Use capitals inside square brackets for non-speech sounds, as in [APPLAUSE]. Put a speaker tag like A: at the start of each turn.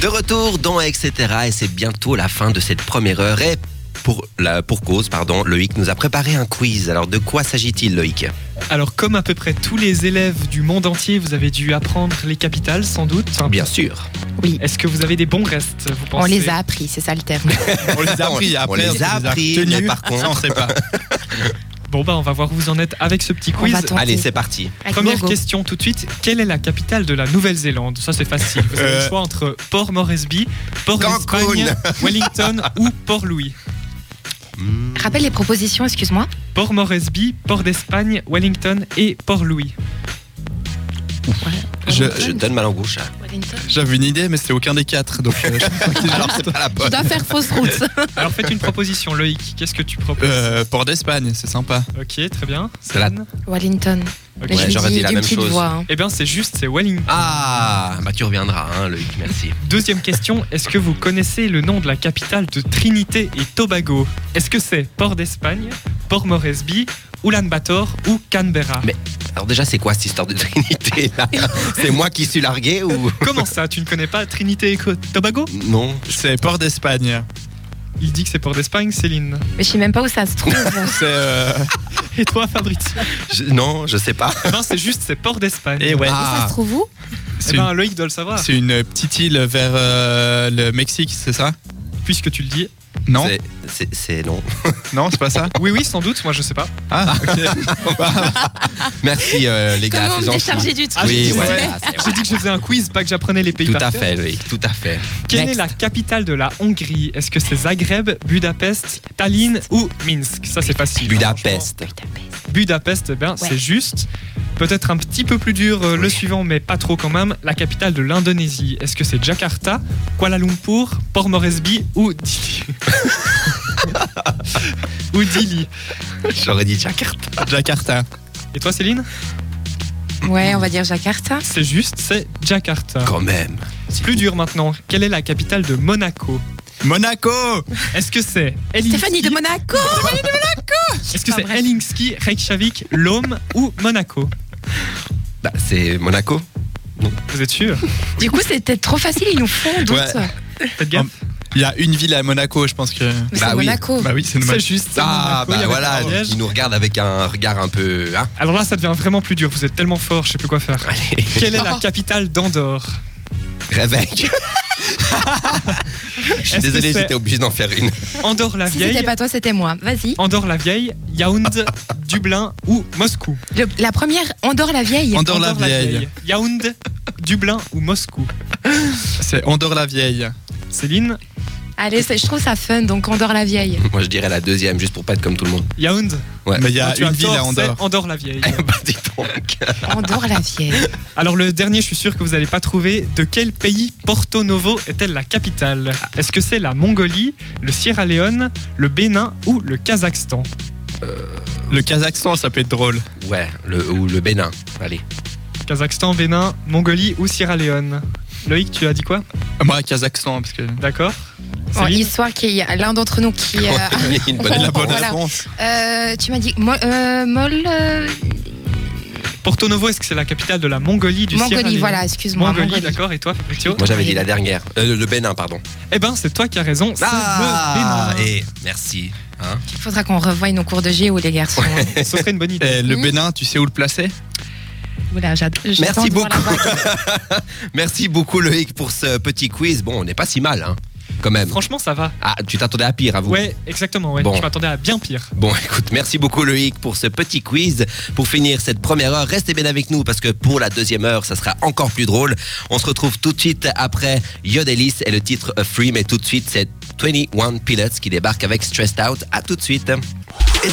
A: De retour dans Etc. Et c'est bientôt la fin de cette première heure. Et pour, la, pour cause, pardon, Loïc nous a préparé un quiz. Alors de quoi s'agit-il, Loïc
B: Alors, comme à peu près tous les élèves du monde entier, vous avez dû apprendre les capitales, sans doute.
A: Bien sûr.
C: Oui,
B: Est-ce que vous avez des bons restes vous
C: on
B: pensez
C: les a appris, c'est ça
B: [LAUGHS]
C: le terme.
D: On les a
A: On-
D: appris.
A: on
D: Après,
A: les a
D: on
A: appris,
D: retenus.
A: mais par contre-
D: Ça, on sait pas.
B: Bon, bah, on va voir où vous en êtes avec ce petit
C: On
B: quiz.
C: va tenter.
A: Allez, c'est parti.
C: Avec
B: Première
C: Mogo.
B: question tout de suite. Quelle est la capitale de la Nouvelle-Zélande Ça, c'est facile. Vous avez le
D: Euh.
B: choix entre Port Moresby, Port
A: Cancun.
B: d'Espagne, Wellington ou Port Louis.
C: Rappelle les propositions, excuse-moi.
B: Port Moresby, Port d'Espagne, Wellington et Port Louis.
D: Je-
A: Je donne mal en gauche.
D: J'avais une idée, mais c'était aucun des quatre. Donc, euh, je crois que j'ai
A: Alors
D: genre-
A: c'est pas la
C: Tu
A: bonne.
C: dois faire
B: [LAUGHS]
C: fausse route.
B: Alors faites une proposition, Loïc. Qu'est-ce que tu proposes
D: Euh, Port d'Espagne, c'est sympa.
B: Ok, très bien.
A: C'est la-
B: Stan
C: Wellington.
B: Ok.
C: Mais je
A: Ouais,
C: lui
A: j'aurais
C: dis
A: dit la
C: d'une
A: même
C: petite
A: chose.
C: voix, hein.
B: Eh bien, c'est juste, c'est Wellington.
A: Ah, bah tu reviendras, hein, Loïc. Merci.
B: Deuxième question, est-ce que vous connaissez le nom de la capitale de Trinité et Tobago Est-ce que c'est Port d'Espagne, Port Moresby, Ulaanbaatar ou Canberra
A: Mais- Alors déjà, c'est quoi cette histoire de Trinité
C: [LAUGHS]
A: là C'est moi qui suis largué ou
B: Comment ça Tu ne connais pas Trinité et Co- Tobago
A: non
D: C'est Port d'Espagne.
B: Il dit que c'est Port d'Espagne, Céline.
C: Mais je sais même pas où ça
A: [LAUGHS]
C: se trouve.
A: Ah,
D: C'est. euh,
B: Et toi, Fabrice
A: je, Non, je sais pas.
B: Eh ben, c'est juste, c'est Port d'Espagne.
D: Eh ouais.
C: Mais ça se trouve où
B: Eh
D: C'est
B: ben,
D: une,
B: Loïc doit le savoir.
D: c'est une petite île vers euh, le Mexique, c'est ça
B: Puisque tu le dis.
D: Non
A: C'est- c'est- C'est non.
D: Non, c'est pas ça
B: Oui, oui, sans doute, moi je sais pas.
D: Ah, ok.
A: Merci euh, les gars. c'est
C: Comment me
A: gentil.
C: décharger du truc
B: Ah,
A: Oui,
B: je
A: voilà,
B: disais.
A: c'est vrai.
B: J'ai dit que je faisais un quiz, pas que j'apprenais les pays
A: Tout
B: par
A: à
B: cœur.
A: fait, Loïc. Tout à fait.
B: Quelle est
C: Next.
B: la capitale de la Hongrie Est-ce que c'est Zagreb, Budapest, Tallinn ou Minsk Ça c'est facile. hein,
A: Budapest.
B: franchement. Budapest, eh ben, c'est juste. Peut-être un petit peu plus dur euh, le
A: Oui.
B: suivant, mais pas trop quand même. La capitale de l'Indonésie. Est-ce que c'est Jakarta, Kuala Lumpur, Port Moresby ou Dili [LAUGHS] Ou Dili.
A: J'aurais dit Jakarta.
D: Jakarta.
B: Et toi Céline
C: Ouais, on va dire Jakarta.
B: C'est juste, c'est Jakarta.
A: Quand même.
B: Plus dur maintenant. Quelle est la capitale de Monaco
D: Monaco
B: Est-ce que c'est Helsinki
C: Stéphanie de Monaco
B: Est-ce que c'est
C: Enfin, bref.
B: Helsinki, Reykjavik, Lom ou Monaco
A: Bah, c'est Monaco.
B: Vous êtes sûr
C: Du coup, c'était trop facile, ils nous font doute.
D: Ouais.
B: Faites gaffe.
A: Ah,
D: Il y a une ville à Monaco, je pense que.
C: Mais
A: Bah
C: c'est
A: oui.
C: Monaco.
D: Bah oui, c'est
B: C'est
D: dommage.
B: juste. c'est
A: Ah,
B: Monaco, il y
A: bah
B: avait
A: voilà.
B: pas de piège.
A: Ils nous regardent avec un regard un peu. hein.
B: Alors là, ça devient vraiment plus dur. Vous êtes tellement fort, je sais plus quoi faire. [LAUGHS]
A: Allez,
B: Quelle est la capitale d'Andorre [LAUGHS]
A: réveille. Je suis
B: Est-ce que
A: désolé,
B: c'est
A: j'étais obligé d'en faire une. [LAUGHS]
B: Andorre la
C: Si c'était
B: Vieille,
C: pas toi, c'était moi. Vas-y.
B: Andorre la Vieille, Yaoundé, Dublin ou Moscou
C: Le- La première, Andorre la vieille.
D: Andorre- la Vieille.
B: Yaoundé, Dublin ou Moscou
D: C'est Andorre la Vieille.
B: Céline,
C: Allez, c'est- je trouve ça fun, donc Andorre la vieille.
A: Moi, je dirais la deuxième, juste pour pas être comme tout le monde.
B: Yaoundé.
A: Ouais.
D: Mais il y a
B: Non, tu as
D: une ville
B: tort,
D: à Andorre.
B: c'est Andorre la
D: [LAUGHS]
B: Vieille.
A: Eh bah, dis donc.
C: Andorre la vieille.
B: Alors le dernier, je suis sûr que vous n'allez pas trouver. De quel pays Porto Novo est-elle la capitale Est-ce que c'est la Mongolie, le Sierra Leone, le Bénin ou le Kazakhstan
D: Le Kazakhstan, ça peut être drôle.
A: Ouais, le, ou le Bénin. Allez.
B: Kazakhstan, Bénin, Mongolie ou Sierra Leone Loïc, tu as dit quoi
D: Moi, Kazakhstan, parce que.
B: D'accord
C: Bon,
B: Céline
C: histoire qu'il y a l'un d'entre nous qui. euh,
A: [LAUGHS] une
B: [LAUGHS]
C: Oh,
A: bonne
D: la bonne
C: voilà.
D: réponse.
C: euh, tu m'as dit. Mo- euh, Mol. euh,
B: Porto Novo, est-ce que c'est la capitale de la Mongolie, du Sierra
C: Mongolie,
B: Leone
C: voilà, excuse-moi.
B: Mongolie,
C: Mongolie.
B: d'accord, et toi, Fabricio
A: Moi, j'avais dit la dernière. Euh, le- le Bénin, pardon. Ah,
B: Eh ben, c'est toi qui as raison, c'est le Bénin.
A: et merci. Hein
C: Il faudra qu'on revoie nos cours de géo, les garçons.
B: Ce serait une bonne idée.
A: [LAUGHS]
D: Eh, le
C: Hmm.
D: Bénin, tu sais où le placer
C: Oula, j'ad- j'attends
A: Merci
C: de voir la
A: beaucoup.
C: vague.
A: Merci beaucoup Loïc pour ce petit quiz. Bon, on n'est pas si mal, hein, quand même.
B: Franchement, ça va.
A: Ah, tu t'attendais à pire, à vous.
B: Ouais, exactement, ouais.
A: Bon.
B: Je m'attendais à bien pire.
A: Bon, écoute, merci beaucoup Loïc pour ce petit quiz. Pour finir cette première heure, restez bien avec nous parce que pour la deuxième heure, ça sera encore plus drôle. On se retrouve tout de suite après Yodelis et le titre A Free, mais tout de suite, c'est 21 Pilots qui débarque avec Stressed Out. À tout de suite.
E: etc.